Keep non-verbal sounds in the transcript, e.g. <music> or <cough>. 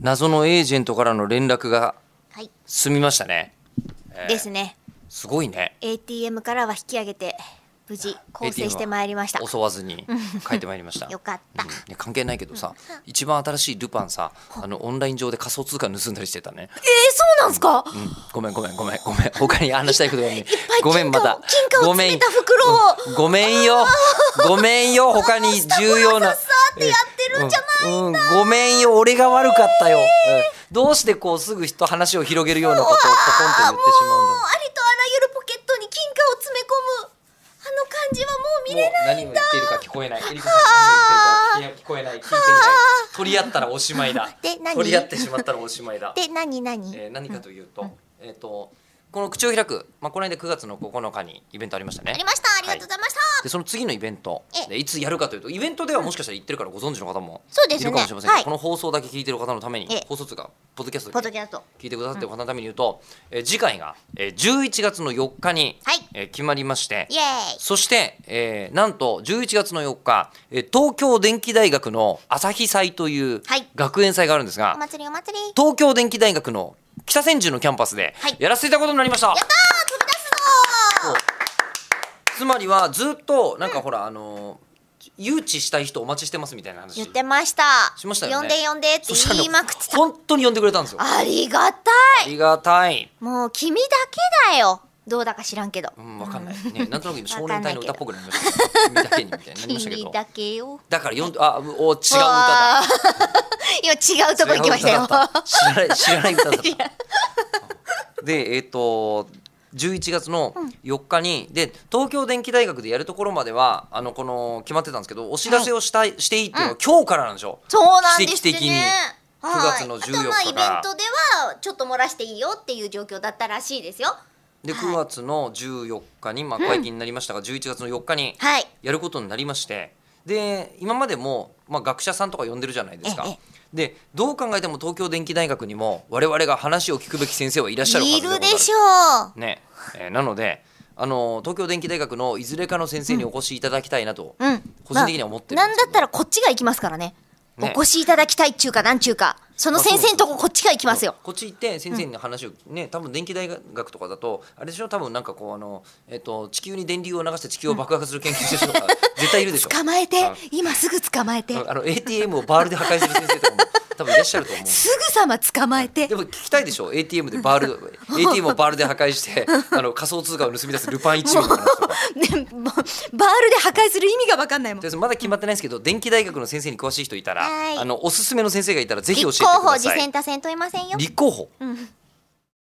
謎のエージェントからの連絡がはい、済みましたねですねすごいね ATM からは引き上げて無事構成してまいりました、 ATM は襲わずに帰ってまいりました <laughs> よかったうんいや関係ないけどさ、一番新しいルパンさあのオンライン上で仮想通貨盗んだりしてたね、えー、そうなんすか、うん、ごめんごめんごめんごめん他に話したいことがあるね <laughs> ぱいごめんまた金貨をごめん金貨を詰めた袋をうんごめん <laughs> よごめんよ他に重要なさーってやってるんじゃないうんうんごめんよ俺が悪かったよ、うんどうしてこうすぐ人話を広げるようなことをポコンと言ってしまうんだろうありとあらゆるポケットに金貨を詰め込むあの感じはもう見れないもう何を言っているか聞こえない。エリコさん何を言ってるか聞こえない。聞いていない。取り合ったらおしまいだで。何取り合ってしまったらおしまいだ。で何何、えー何かというと、えっ、とこの口を開く、まあこの間9月の9日にイベントありましたね。ありましたありがとうございました、でその次のイベントええでいつやるかというとイベントではもしかしたら行ってるからご存知の方もそうですいねるかもしれませんが、はいこの放送だけ聞いてる方のためにええ放送とかポッドキャストポッでドキャスト聞いてくださってる方のために言うと、えー次回が、えー11月の4日に、はいえー決まりましてイエーイそして、えーなんと11月の4日、えー東京電機大学の朝日祭というはい学園祭があるんですが、お祭りお祭りやっ東京電機大学の北千住のキャンパスではいやらせていただくことになりました。たー飛び出すぞーつまりはずっとなんかほら、あのー誘致したい人お待ちしてますみたいな話言ってましたしましたよね呼んで呼んでってそしたら言いまくってた本当に呼んでくれたんですよ。あありがたいりがたい。もう君だけだよどうだか知らんけどうん、わかんない。 <laughs> ね、なんとなく今少年隊の歌っぽくなりました。君だけにみたいになりま <laughs> したけ君ど。だけよだから読んで、あ、お、違う歌だ。 <laughs> わー今違うとこ行きましたよ知らない知らない歌だった。でえっ、と11月の4日に、で東京電機大学でやるところまではあのこの決まってたんですけどお知らせをした、い、していいっていうのは今日からなんでしょそうなんですっ奇て跡的にねはい9月の14日からあとまあイベントではちょっと漏らしていいよっていう状況だったらしいですよではい9月の14日に、まあ、解禁になりましたが、11月の4日にはいやることになりましてで今までも、まあ、学者さんとか呼んでるじゃないですかええ。でどう考えても東京電機大学にも我々が話を聞くべき先生はいらっしゃるはずいでございるま。ですしょうね、えーなので、あのー東京電機大学のいずれかの先生にお越しいただきたいなと、うん個人的には思ってるまんであなすけんだっど、たらこっちが行きますからねねお越しいただきたいっちゅうかなんちゅうかその先生のとここっちが行きますよこっち行って先生に話をね、多分電気大学とかだとあれでしょ多分なんかこうあの、えっと地球に電流を流して地球を爆破する研究してる人とか <laughs> 絶対いるでしょ捕まえてあ今すぐ捕まえてあの ATM をバールで破壊する先生とかも多分いらっしゃると思うすぐさま捕まえてでも聞きたいでしょ ATM でバール ATM をバールで破壊してあの仮想通貨を盗み出すルパン一味の話とかねもうバールで破壊する意味が分かんないもんとりあえずまだ決まってないですけど電気大学の先生に詳しい人いたらはいあのおすすめの先生がいたらぜひ教え立てくだ候補さ次い戦多戦問いませんよ立候補、